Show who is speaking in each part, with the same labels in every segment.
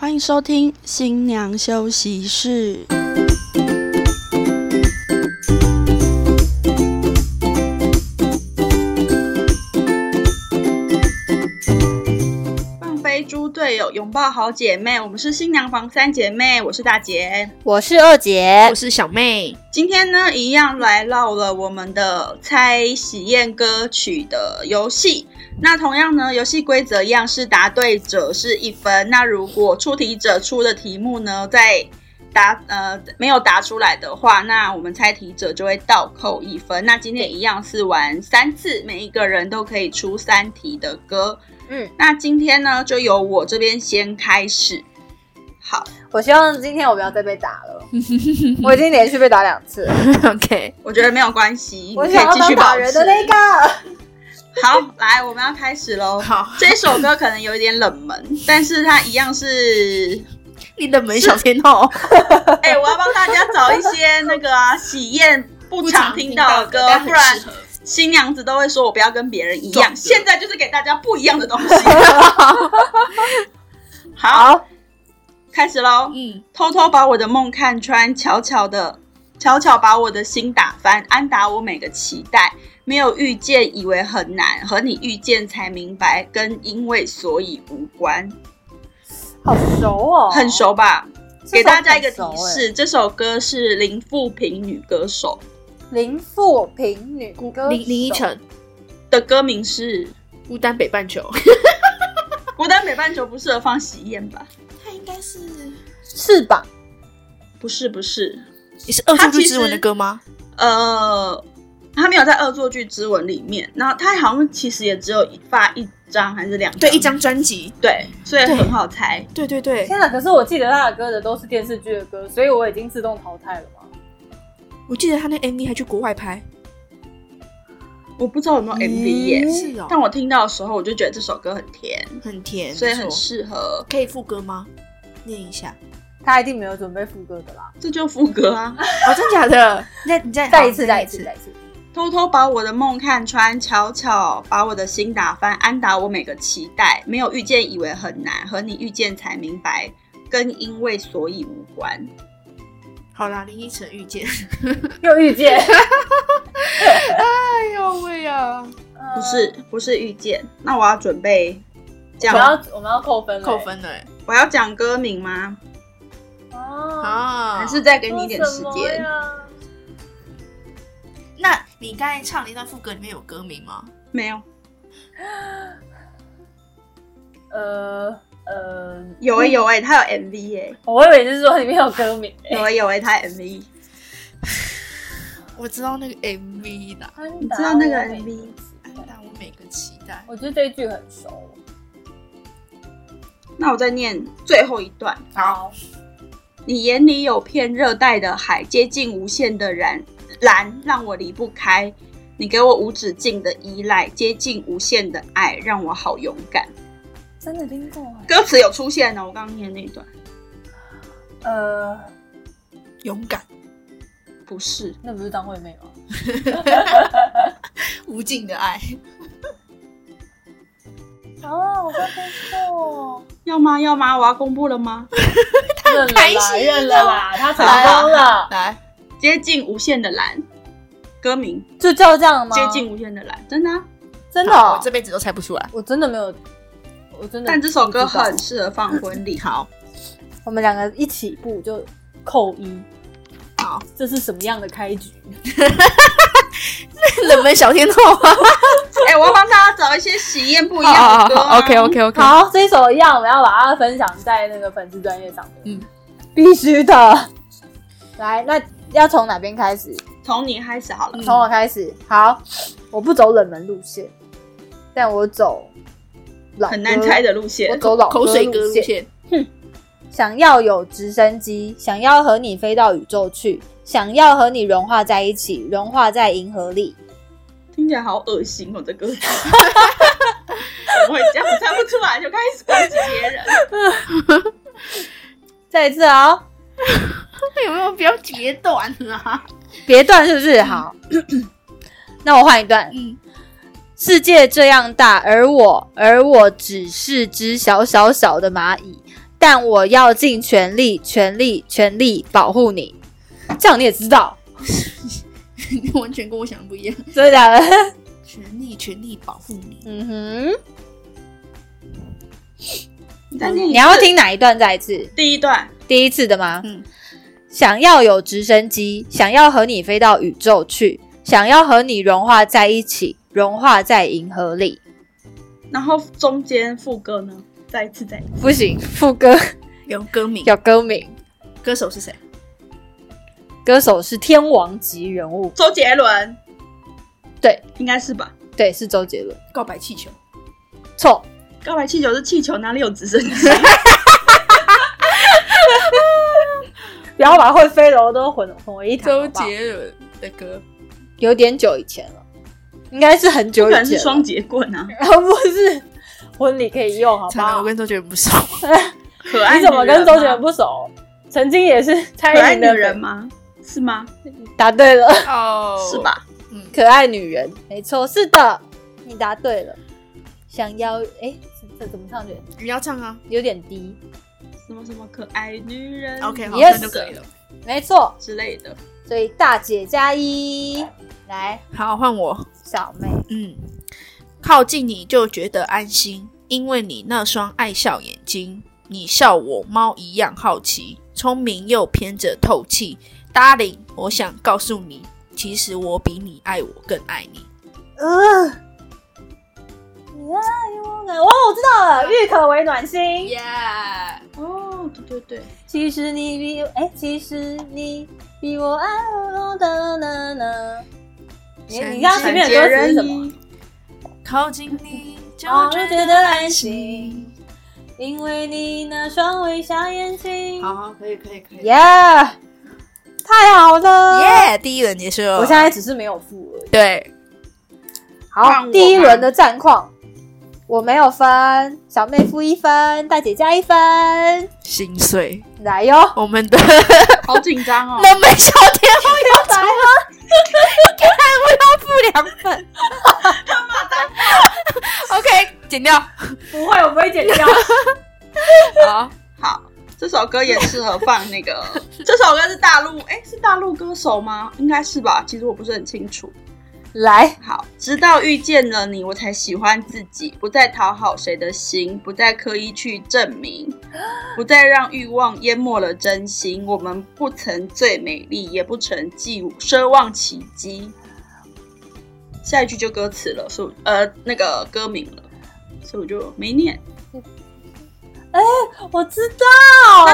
Speaker 1: 欢迎收听新娘休息室。放飞猪队友，拥抱好姐妹，我们是新娘房三姐妹，我是大姐。
Speaker 2: 我是二姐
Speaker 3: 我，是小妹，
Speaker 1: 今天呢，一样来到了我们的猜喜宴歌曲的游戏。那同样呢，游戏规则一样是答对者是一分。那如果出题者出的题目呢，在答呃没有答出来的话，那我们猜题者就会倒扣一分。那今天一样是玩三次，每一个人都可以出三题的歌。
Speaker 2: 嗯，
Speaker 1: 那今天呢，就由我这边先开始。好，
Speaker 2: 我希望今天我不要再被打 了，我已经连续被打两 次了，
Speaker 3: OK，
Speaker 1: 我觉得没有关系，
Speaker 2: 我
Speaker 1: 你可
Speaker 2: 想
Speaker 1: 以继
Speaker 2: 要当
Speaker 1: 续
Speaker 2: 打
Speaker 1: 保
Speaker 2: 人
Speaker 1: 持。
Speaker 2: 的那个。
Speaker 1: 好，来，我们要开始喽。
Speaker 3: 好，
Speaker 1: 这首歌可能有一点冷门，但是它一样是，
Speaker 3: 你的门小天后，
Speaker 1: 哎、我要帮大家找一些那个啊、喜宴不常听到的歌，不然新娘子都会说我不要跟别人一
Speaker 3: 撞
Speaker 1: 样。
Speaker 3: 歌
Speaker 1: 现在就是给大家不一样的东 西。好，
Speaker 2: 好，
Speaker 1: 开始喽！
Speaker 3: 嗯，
Speaker 1: 偷偷把我的梦看穿，悄悄的，悄悄把我的心打翻，安打我每个期待。没有遇见，以为很难；和你遇见，才明白，跟因为所以无关。
Speaker 2: 好熟哦，
Speaker 1: 很熟吧？
Speaker 2: 这首很熟
Speaker 1: 给大
Speaker 2: 欸，欸
Speaker 1: 家一个提示，这首歌是林富平女歌手
Speaker 2: 林富平女歌
Speaker 3: 林林依
Speaker 2: 手，
Speaker 3: 晨，
Speaker 1: 的歌名是《
Speaker 3: 孤单北半球，
Speaker 1: 孤单北半球》，不适合放喜宴吧？
Speaker 3: 他应该是
Speaker 2: 翅膀
Speaker 1: 不是不是，
Speaker 3: 你是恶作剧之吻的歌吗？
Speaker 1: 呃，他没有在《恶作剧之吻》里面，然后他好像其实也只有一发一张还是两
Speaker 3: 对，一，张专辑，
Speaker 1: 对，所以
Speaker 3: 对
Speaker 1: 很好猜。
Speaker 3: 嗯对对对，
Speaker 2: 天哪！可是我记得他的歌的都是电视剧的歌，所以我已经自动淘汰了嘛。
Speaker 3: 我记得他那 MV 还去国外拍，
Speaker 1: 我不知道有没有 MV 耶，
Speaker 3: 是哦，
Speaker 1: 但我听到的时候我就觉得这首歌很甜，
Speaker 3: 很甜，
Speaker 1: 所以
Speaker 3: 没
Speaker 1: 很
Speaker 3: 错
Speaker 1: 适合。
Speaker 3: 可以副歌吗？念一下，
Speaker 2: 他一定没有准备副歌的啦。
Speaker 1: 这就副歌啊。
Speaker 3: 哦，真假的？你再你再
Speaker 2: 再一次，
Speaker 3: 好
Speaker 2: 再一次，再一次。
Speaker 1: 偷偷把我的梦看穿，悄悄把我的心打翻，安打我每个期待。没有遇见以为很难，和你遇见才明白，跟因为所以无关。
Speaker 3: 好啦，林依晨遇见，
Speaker 2: 又 遇见，
Speaker 3: 哎呦喂呀，
Speaker 1: 不是，不是遇见。那我要准备
Speaker 2: 呃，
Speaker 1: 讲
Speaker 2: 我，们要我们要扣分了，
Speaker 3: 扣分了欸
Speaker 1: 我要讲歌名吗？
Speaker 2: 啊！
Speaker 3: 啊！
Speaker 1: 还是再给你一点时
Speaker 2: 说什
Speaker 1: 间
Speaker 2: 么？呀
Speaker 3: 那你刚才唱那段副歌里面有歌名吗？
Speaker 1: 没有，
Speaker 2: 呃呃，
Speaker 1: 有哎、有哎、欸，他有 MV 耶、
Speaker 2: 我以为你是说里面有歌名欸
Speaker 1: 有哎、有哎、他有 MV。
Speaker 3: 我知道那个 MV 啦，
Speaker 2: 安达
Speaker 1: 你知道那个
Speaker 2: 我每
Speaker 1: MV？
Speaker 3: 安达我每个期待。
Speaker 2: 我觉得这一句很熟。
Speaker 1: 那我再念最后一段。
Speaker 3: 好，
Speaker 1: 你眼里有片热带的海，接近无限的蓝蓝，让我离不开。你给我无止境的依赖，接近无限的爱，让我好勇敢。
Speaker 2: 真的听过哎。
Speaker 1: 歌词有出现哦呢，我刚刚念那一段
Speaker 2: 呃，
Speaker 3: 勇敢，
Speaker 1: 不是，
Speaker 2: 那不是张惠妹吗？
Speaker 3: 无尽的爱。
Speaker 2: 哦，我刚听过。
Speaker 1: 要吗？要吗？我要公布了吗？
Speaker 2: 认了
Speaker 3: 开
Speaker 2: 啦，
Speaker 3: 心了
Speaker 2: 认了啦，他成功了，
Speaker 3: 来，
Speaker 1: 接近无限的蓝，歌名
Speaker 2: 就叫这样吗？
Speaker 1: 接近无限的蓝，真的啊、
Speaker 2: 真的
Speaker 3: 好
Speaker 2: 哦
Speaker 3: 我，这辈子都猜不出来。
Speaker 2: 我真的没有，我真的。
Speaker 1: 但这首歌很，适合放婚 礼。
Speaker 3: 好，
Speaker 2: 我们两个一起步就扣一。
Speaker 3: 好，
Speaker 2: 这是什么样的开局？
Speaker 3: 冷门小天后啊。
Speaker 1: 哎、我要帮大家找一些喜宴不一样的歌、啊。
Speaker 3: OK。
Speaker 2: 好，这一首一样，我们要把它分享在那个粉丝专业上面。
Speaker 3: 嗯，
Speaker 2: 必须的。来，那要从哪边开始？
Speaker 1: 从你开始好了。
Speaker 2: 嗯从我开始。好，我不走冷门路线，但我走老
Speaker 1: 很难猜
Speaker 2: 的。
Speaker 1: 的路线
Speaker 2: 我。走老
Speaker 3: 口水歌
Speaker 2: 路
Speaker 3: 路
Speaker 2: 线。
Speaker 3: 线，
Speaker 2: 想要有直升机，想要和你飞到宇宙去，想要和你融化在一起，融化在银河里。
Speaker 1: 听起来好恶心哦，这歌词。我会这样，我猜不出来就开始攻击别人。
Speaker 2: 再一次哦，
Speaker 3: 那有没有不要截断啊？
Speaker 2: 别断是不是？好，那我换一段。
Speaker 3: 嗯，
Speaker 2: 世界这样大，而我，而我只是只小小小的蚂蚁。但我要尽全力、全力、全力保护你。这样你也知道，
Speaker 3: 你完全跟我想的不一样。
Speaker 2: 真的假的？
Speaker 3: 全力全力保护你，
Speaker 2: 嗯哼，
Speaker 1: 再 念一次
Speaker 2: 嗯你要听哪一段再一次？
Speaker 1: 第一段，
Speaker 2: 第一次的吗？
Speaker 3: 嗯，
Speaker 2: 想要有直升机，想要和你飞到宇宙去，想要和你融化在一起，融化在银河里。
Speaker 1: 然后中间副歌呢？再一次，再一次。
Speaker 2: 不行，副歌
Speaker 3: 有歌名，
Speaker 2: 要歌名，
Speaker 3: 歌手是谁？
Speaker 2: 歌手是天王级人物，
Speaker 1: 周杰伦，
Speaker 2: 对，
Speaker 1: 应该是吧？
Speaker 2: 对，是周杰伦。
Speaker 3: 告白气球，
Speaker 2: 错，
Speaker 1: 告白气球是气球，哪里有直升 机？
Speaker 2: 不要把会飞的我都混混为一谈。
Speaker 3: 周
Speaker 2: 好不好
Speaker 3: 杰伦的歌，
Speaker 2: 有点久以前了，应该是很久
Speaker 1: 不
Speaker 2: 以
Speaker 1: 然
Speaker 2: 前。
Speaker 1: 是双，节棍啊！
Speaker 2: 不是婚礼可以用，好不
Speaker 3: 惨了，
Speaker 2: 好
Speaker 3: 我？跟周杰伦不熟。
Speaker 1: 可爱
Speaker 2: 你怎么
Speaker 1: 女人
Speaker 2: 跟周杰
Speaker 1: 吗
Speaker 2: 伦不熟？曾经也是蔡
Speaker 1: 可
Speaker 2: 依
Speaker 1: 爱
Speaker 2: 林
Speaker 1: 女
Speaker 2: 的
Speaker 1: 人，吗？是吗？
Speaker 2: 答对了。
Speaker 3: 哦
Speaker 1: 是？吧？
Speaker 3: 嗯，
Speaker 2: 可爱女人，没错，是的，你答对了。想要，哎，这怎么唱觉得
Speaker 3: 你要唱啊
Speaker 2: 有点低？
Speaker 1: 什么什么可爱女人
Speaker 3: ？OK，好，
Speaker 2: Yes
Speaker 3: 那就可以了。
Speaker 2: 没错，
Speaker 1: 之类的。
Speaker 2: 所以大姐加一，来，
Speaker 3: 好，换我。
Speaker 2: 小妹，
Speaker 3: 嗯，靠近你就觉得安心，因为你那双爱笑眼睛，你笑我猫一样好奇，聪明又偏着透气。Darling，我想告诉你，其实我比你爱我更爱你。
Speaker 2: 呃，你爱我感，哇，我知道了，郁可唯暖心。
Speaker 3: Yeah，
Speaker 1: 哦，对对对，
Speaker 2: 其实你比，哎，其实你比我爱我的呢呢。你你刚刚前
Speaker 1: 惨
Speaker 2: 面的
Speaker 1: 绝
Speaker 2: 歌词是
Speaker 1: 人
Speaker 2: 什么？
Speaker 1: 意。
Speaker 3: 靠近你就
Speaker 2: 哦，就觉
Speaker 3: 觉
Speaker 2: 得
Speaker 3: 得
Speaker 2: 安
Speaker 3: 安
Speaker 2: 心
Speaker 3: 心。，
Speaker 2: 因为你那双微笑眼睛。
Speaker 3: 好好，可以，可以，可以。
Speaker 2: 耶太好了！
Speaker 3: Yeah，第一轮结束。
Speaker 2: 我现在只是没有付而已。
Speaker 3: 对，
Speaker 2: 好
Speaker 1: 换我，吗
Speaker 2: 第一轮的战况，我没有分，小妹负一分，大姐加一分，
Speaker 3: 心碎，
Speaker 2: 来哟！
Speaker 3: 我们的
Speaker 1: 好紧张 哦！
Speaker 3: 冷门小天后
Speaker 2: 来
Speaker 3: 要出
Speaker 2: 了，
Speaker 3: 两份。OK，剪掉。
Speaker 2: 不会，我不会剪掉。
Speaker 3: 好，
Speaker 1: 好，这首歌也适合放那个。这首歌是大陆，哎，是大陆歌手吗？应该是吧，其实我不是很清楚。
Speaker 2: 来，
Speaker 1: 好，直到遇见了你，我才喜欢自己，不再讨好谁的心，不再刻意去证明，不再让欲望淹没了真心。我们不曾最美丽，也不曾寄奢望奇迹。下一句就歌词了，所以呃那个歌名了，所以我就没念。
Speaker 2: 我知
Speaker 1: 那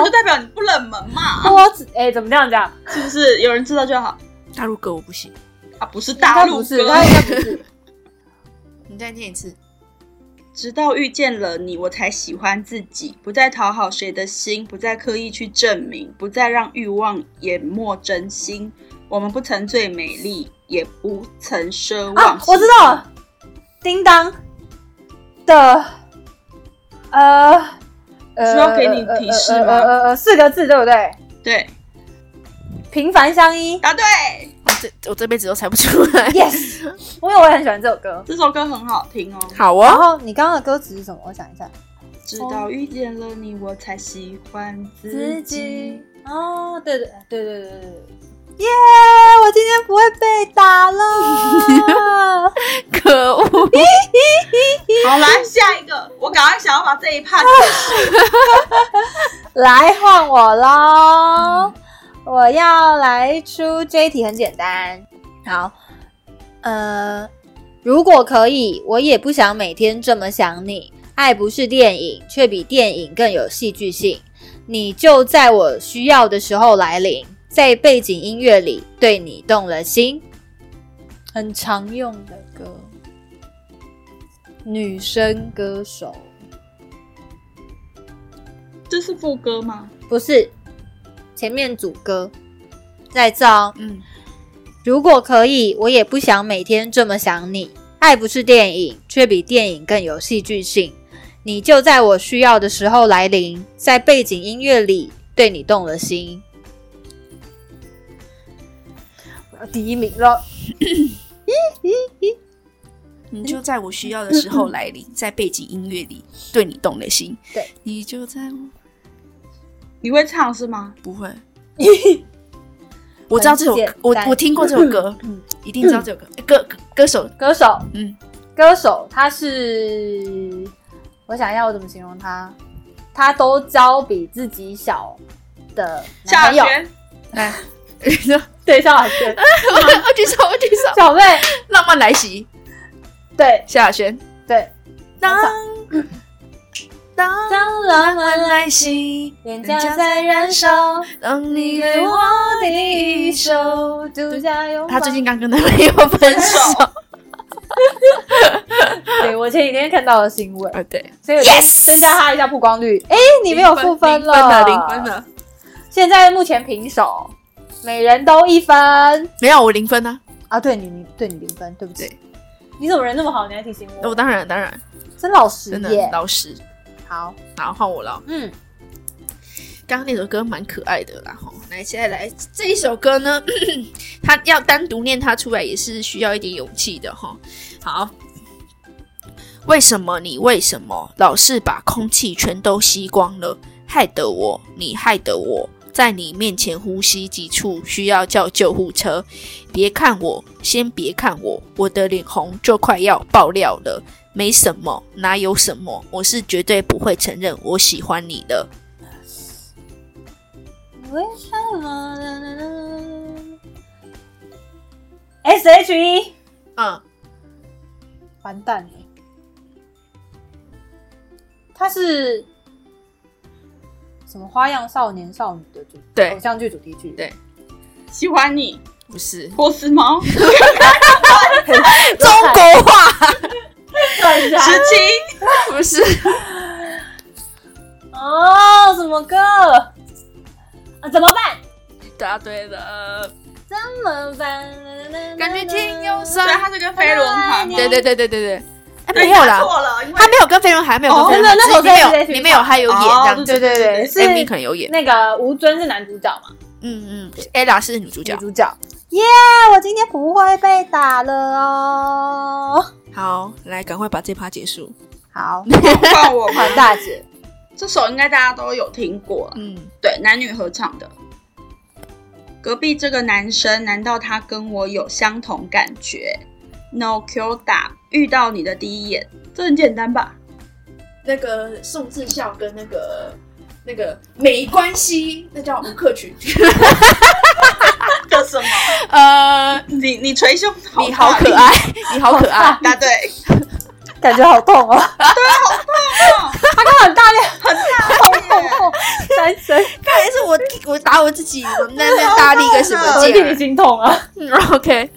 Speaker 1: 就
Speaker 2: 道，
Speaker 1: 代表你不冷门嘛，
Speaker 2: 我只哎、怎么这样讲？
Speaker 1: 是不是？有人知道就好
Speaker 3: 大陆歌我不行，
Speaker 1: 啊，不是大
Speaker 2: 应该
Speaker 1: 陆
Speaker 2: 嗯不是，
Speaker 1: 歌。
Speaker 2: 那应该不是。
Speaker 3: 你再念一次。
Speaker 1: 直到遇见了你，我才喜欢自己，不再讨好谁的心，不再刻意去证明，不再让欲望淹没真心。我们不曾最美丽，也不曾奢望、
Speaker 2: 啊，我知道，了，叮当的，呃呃，
Speaker 1: 需要给你提示吗
Speaker 2: 呃呃呃呃呃，四个字对不对？
Speaker 1: 对，
Speaker 2: 平凡相 依。
Speaker 1: 答对。
Speaker 3: 我这我这辈子都猜不出来。
Speaker 2: yes，因为我也很喜欢这首歌。
Speaker 1: 这首歌很好听哦。
Speaker 3: 好
Speaker 2: 然
Speaker 3: 哦，
Speaker 2: 后你刚刚的歌词是什么？我想一下，
Speaker 1: 直到遇见了你，我才喜欢自
Speaker 2: 自
Speaker 1: 己
Speaker 2: 己。。哦，对对对对对对对。耶我今天不会被打 了。
Speaker 3: 可恶！
Speaker 1: 好，来下一个，我赶快想要把这一 part
Speaker 2: 啊
Speaker 1: 结束。
Speaker 2: 来换我喽！我要来出这一题，很简单。好，呃，如果可以，我也不想每天这么想你。爱不是电影，却比电影更有戏剧性。你就在我需要的时候来临，在背景音乐里对你动了心。很常用的歌，女生歌手
Speaker 1: 这是副歌吗？
Speaker 2: 不是前面主歌，再造。
Speaker 3: 嗯，
Speaker 2: 如果可以，我也不想每天这么想你。爱不是电影，却比电影更有戏剧性。你就在我需要的时候来临，在背景音乐里对你动了心。我要第一名了，
Speaker 3: 你就在我需嗯要的时候来临，在背景音乐里对你动了心。
Speaker 2: 对，
Speaker 3: 你就在我
Speaker 1: 你会唱是吗？
Speaker 3: 不 会。我知道这首
Speaker 2: 很
Speaker 3: 歌
Speaker 2: 简，
Speaker 3: 我
Speaker 2: 单
Speaker 3: 我听过这首歌，一定知道这首歌。诶歌歌歌手，
Speaker 2: 歌手，
Speaker 3: 嗯，
Speaker 2: 歌手他是，我想要我怎么形容他？他都交比自己小的
Speaker 1: 夏
Speaker 2: 男朋友
Speaker 1: 小，轩，
Speaker 3: 来，你说，
Speaker 2: 对，萧亚轩，
Speaker 3: 我举手，我举 手。
Speaker 2: 小妹，
Speaker 3: 浪漫来袭，
Speaker 2: 对
Speaker 3: 萧亚轩。
Speaker 2: 对，
Speaker 3: 当当
Speaker 2: 当浪漫来，
Speaker 3: 来袭，
Speaker 2: 脸颊在燃烧，
Speaker 3: 当
Speaker 2: 你
Speaker 3: 你
Speaker 2: 给
Speaker 3: 给
Speaker 2: 我
Speaker 3: 我。
Speaker 2: 的一手，就加油吧。
Speaker 3: 他最近刚跟男朋友分 手。
Speaker 2: 对我前几天看到的新闻，
Speaker 3: 啊，对，
Speaker 2: 所以我就
Speaker 3: Yes！
Speaker 2: 增加他一下曝光率。哎，你没有负分
Speaker 3: 零
Speaker 2: 了，
Speaker 3: 分了，零分。啊了。
Speaker 2: 现在目前平手，每人都一分
Speaker 3: 没有，我零分啊。
Speaker 2: 啊！对你，你对你零分，对不起
Speaker 3: 对。
Speaker 2: 你怎么人那么好？你还提醒我，
Speaker 3: 哦我当然当然，
Speaker 2: 真老实
Speaker 3: 真的
Speaker 2: 耶。
Speaker 3: 老实。
Speaker 2: 好，
Speaker 3: 好，换我了。
Speaker 2: 嗯，
Speaker 3: 刚刚那首歌蛮可爱的啦，吼，来，现在来这一首歌呢， 它要单独念它出来也是需要一点勇气的哈。好，为什么你为什么老是把空气全都吸光了，害得我，你害得我，在你面前呼吸急促，需要叫救护车。别看我，先别看我，我的脸红就快要爆料了。没什么，哪有什么？我是绝对不会承认我喜欢你的。
Speaker 2: 为什么？S H E，
Speaker 3: 嗯，
Speaker 2: 完蛋了。他是什么花样少年少女的主
Speaker 3: 对
Speaker 2: 偶像剧主题曲？
Speaker 3: 对
Speaker 1: 喜欢你，
Speaker 3: 不是
Speaker 1: 波斯猫，十
Speaker 3: 中国话，
Speaker 2: 对呀
Speaker 1: 七，
Speaker 3: 不是
Speaker 2: 哦，什么歌？啊，怎么办？
Speaker 3: 答对了，
Speaker 2: 怎么办？
Speaker 3: 感觉挺忧
Speaker 1: 对，
Speaker 3: 伤。
Speaker 1: 它是跟飞轮盘吗？
Speaker 3: 啊对对对对对对，哎，
Speaker 1: 对，
Speaker 3: 没有
Speaker 1: 答
Speaker 3: 啦，
Speaker 1: 错 了，因为
Speaker 3: 他没有跟飞轮海，没有
Speaker 2: 哦
Speaker 3: 跟飞轮海，
Speaker 2: 那那
Speaker 3: 只是
Speaker 2: 我
Speaker 3: 里面
Speaker 2: 在
Speaker 3: 有
Speaker 2: 在
Speaker 3: 里面有还有演这样
Speaker 1: 哦
Speaker 3: 子，
Speaker 2: 对对对，是
Speaker 3: Amy 可能有演，
Speaker 2: 那个吴尊是男主角嘛？
Speaker 3: 嗯嗯，Ella 是女主
Speaker 2: 女
Speaker 3: 角。
Speaker 2: 主角。耶我今天不会被打了哦。
Speaker 3: 好，来赶快把这趴结束。
Speaker 2: 好，
Speaker 1: 换我
Speaker 2: 黄
Speaker 1: 吗？
Speaker 2: 大姐，
Speaker 1: 这首应该大家都有听过了，
Speaker 3: 嗯，
Speaker 1: 对，男女合唱的。隔壁这个男生，难道他跟我有相同感觉？No Q 打遇到你的第一眼，这很简单吧？
Speaker 3: 那个宋智孝跟那个那个没关系，那叫吴克群。
Speaker 1: 叫什么？
Speaker 3: 呃，
Speaker 1: 你你捶胸好大
Speaker 3: 你好 可，爱，你好可爱。
Speaker 1: 答对，
Speaker 2: 感觉好痛 哦。他刚刚很大力，
Speaker 1: 好
Speaker 2: 痛痛，三声，
Speaker 3: 看来是我我打我自己，我那那大力个什么
Speaker 2: 我替你
Speaker 3: 劲
Speaker 2: 心痛啊。
Speaker 3: 嗯？OK，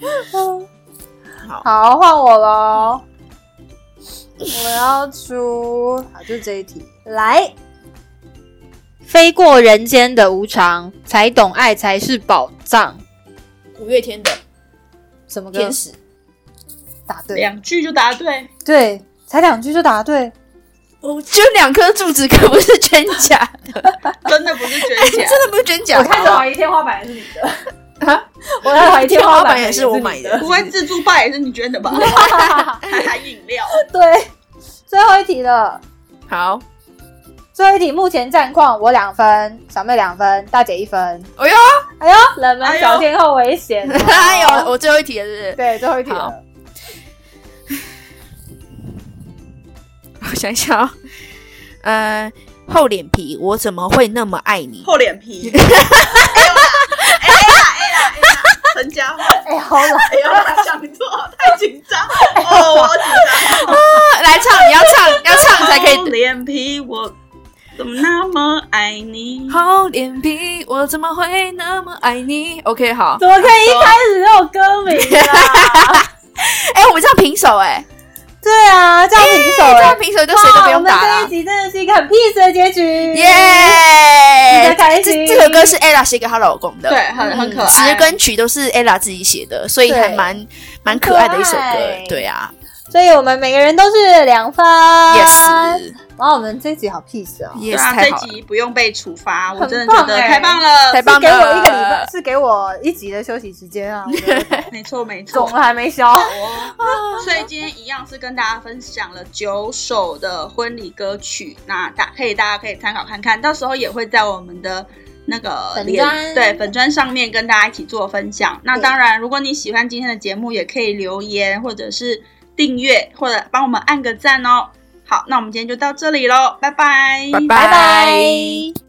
Speaker 2: 好，换我喽。我要出，好，就这一题。来，飞过人间的无常，才懂爱才是宝藏。
Speaker 3: 五月天的
Speaker 2: 什么歌？
Speaker 3: 天使。
Speaker 2: 答对，
Speaker 1: 两句就答对，
Speaker 2: 对，才两句就答 对。
Speaker 3: 我哦就两颗柱子，可不是真假，
Speaker 1: 真的不是真
Speaker 3: 哎 真
Speaker 1: 假。
Speaker 3: 的不是真假。
Speaker 2: 我开始
Speaker 3: 好不好
Speaker 2: 怀疑天花板是你的，
Speaker 3: 啊，
Speaker 2: 我开始怀疑
Speaker 3: 天
Speaker 2: 花
Speaker 3: 花板
Speaker 2: 也
Speaker 3: 也是我买
Speaker 2: 你
Speaker 3: 的。
Speaker 1: 不会自助吧也是你捐 的吧？还含饮料，
Speaker 2: 对，最后一题了。
Speaker 3: 好，
Speaker 2: 最后一题，目前战况我两分，小妹两分，大姐一分。
Speaker 3: 哎呦，
Speaker 2: 哎呦，冷门小天后危险、哦！
Speaker 3: 哎呦，我最后一题了，是 不
Speaker 2: 对，最后一题了
Speaker 3: 好。是？我想一想啊，呃，厚脸皮，我怎么会那么爱你？
Speaker 1: 厚脸皮。哎呀哎呀哎呀！陈嘉桦，
Speaker 2: 哎、好冷，
Speaker 1: 哎呀，想错，太紧张了，哦，我好紧张。
Speaker 3: 啊 来唱，你要唱，要唱才可
Speaker 1: 厚
Speaker 3: 以。
Speaker 1: 脸皮，我怎么那么爱你？
Speaker 3: 厚脸皮，我怎么会那么爱你？OK，好。
Speaker 2: 怎么可以一开始就有歌名啊？
Speaker 3: 哎，我们这样平手，哎，
Speaker 2: 对啊，这样平手
Speaker 3: 这
Speaker 2: 哎、
Speaker 3: 样平手就谁都不用打
Speaker 2: 哇我们
Speaker 3: 了
Speaker 2: 这。一集真的是一个很 peace 的结局，
Speaker 3: 耶！
Speaker 2: 值得开心
Speaker 3: 这这首歌是 Ella 写给她老公的，嗯
Speaker 1: 对，很很可爱。
Speaker 3: 词跟曲都是 Ella 自己写的，所以
Speaker 2: 对
Speaker 3: 还蛮蛮可爱的一首
Speaker 2: 很可爱
Speaker 3: 歌。对啊，
Speaker 2: 所以我们每个人都是两分。啊
Speaker 3: Yes，
Speaker 2: 哇，我们这集好 peace 哦，
Speaker 1: 对
Speaker 3: yes，
Speaker 1: 啊，这
Speaker 3: 太好了，
Speaker 1: 集不用被处罚，我
Speaker 2: 很
Speaker 1: 真的觉
Speaker 2: 棒
Speaker 1: 得
Speaker 2: 欸
Speaker 1: 太棒了，
Speaker 3: 太
Speaker 2: 是
Speaker 3: 棒了！
Speaker 2: 给我一个礼拜，是给我一集的休息时间啊，我的
Speaker 1: 没错没
Speaker 2: 总
Speaker 1: 错。
Speaker 2: 还没消。
Speaker 1: 哦所以今天一样是跟大家分享了九首的婚礼歌曲，那大可以大家可以参考看看，到时候也会在我们的那个
Speaker 2: 粉
Speaker 1: 脸
Speaker 2: 专
Speaker 1: 对粉砖上面跟大家一起做分享。那
Speaker 2: 对
Speaker 1: 当然，如果你喜欢今天的节目，也可以留言或者是订阅，或者帮我们按个赞哦。好，那我们今天就到这里喽，拜拜，
Speaker 3: 拜拜
Speaker 2: 拜拜。